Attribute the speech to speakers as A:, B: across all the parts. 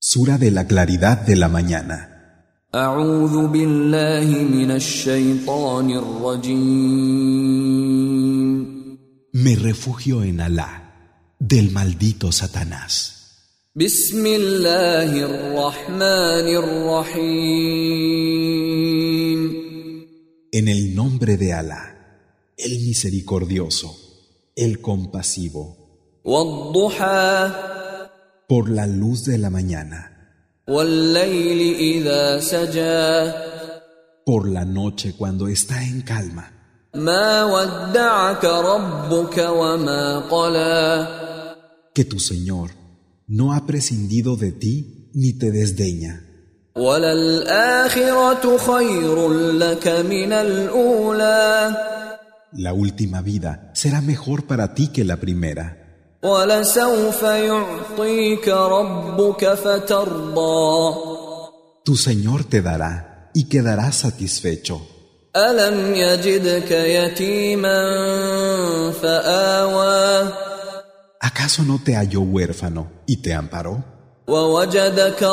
A: Sura de la claridad de la mañana.
B: أعوذ بالله من الشيطان الرجيم
A: Me refugio en Alá, del maldito Satanás.
B: بسم الله الرحمن الرحيم
A: En el nombre de Alá, el misericordioso, el compasivo,
B: والضحى
A: por la luz de la mañana,
B: والليل إذا سجى
A: por la noche cuando está en calma.
B: ما ودعك ربك وما قلى
A: Que tu Señor no ha prescindido de ti ni te desdeña.
B: وللآخرة خير لك من الأولى
A: La última vida será mejor para ti que la primera.
B: ولسوف يعطيك ربك فترضى
A: Tu Señor te dará y quedarás satisfecho.
B: ألم يجدك يتيما فآوى
A: ¿Acaso no te halló huérfano y te amparó?
B: ووجدك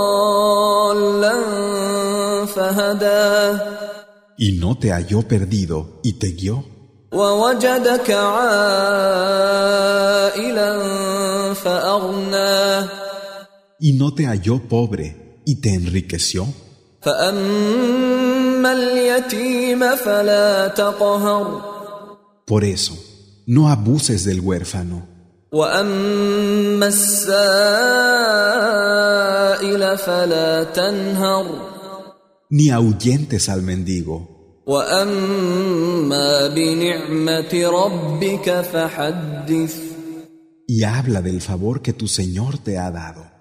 B: ضالا فهدى
A: ¿Y no te halló perdido y te guió?
B: ووجدك عائلا فأغنى
A: ¿Y no te halló pobre y te enriqueció?
B: فأما اليتيم فلا تقهر
A: Por eso, no abuses del huérfano
B: واما السائل فلا تنهر
A: ni ahuyentes al mendigo,
B: واما بنعمه ربك فحدث
A: y habla del favor que tu Señor te ha dado.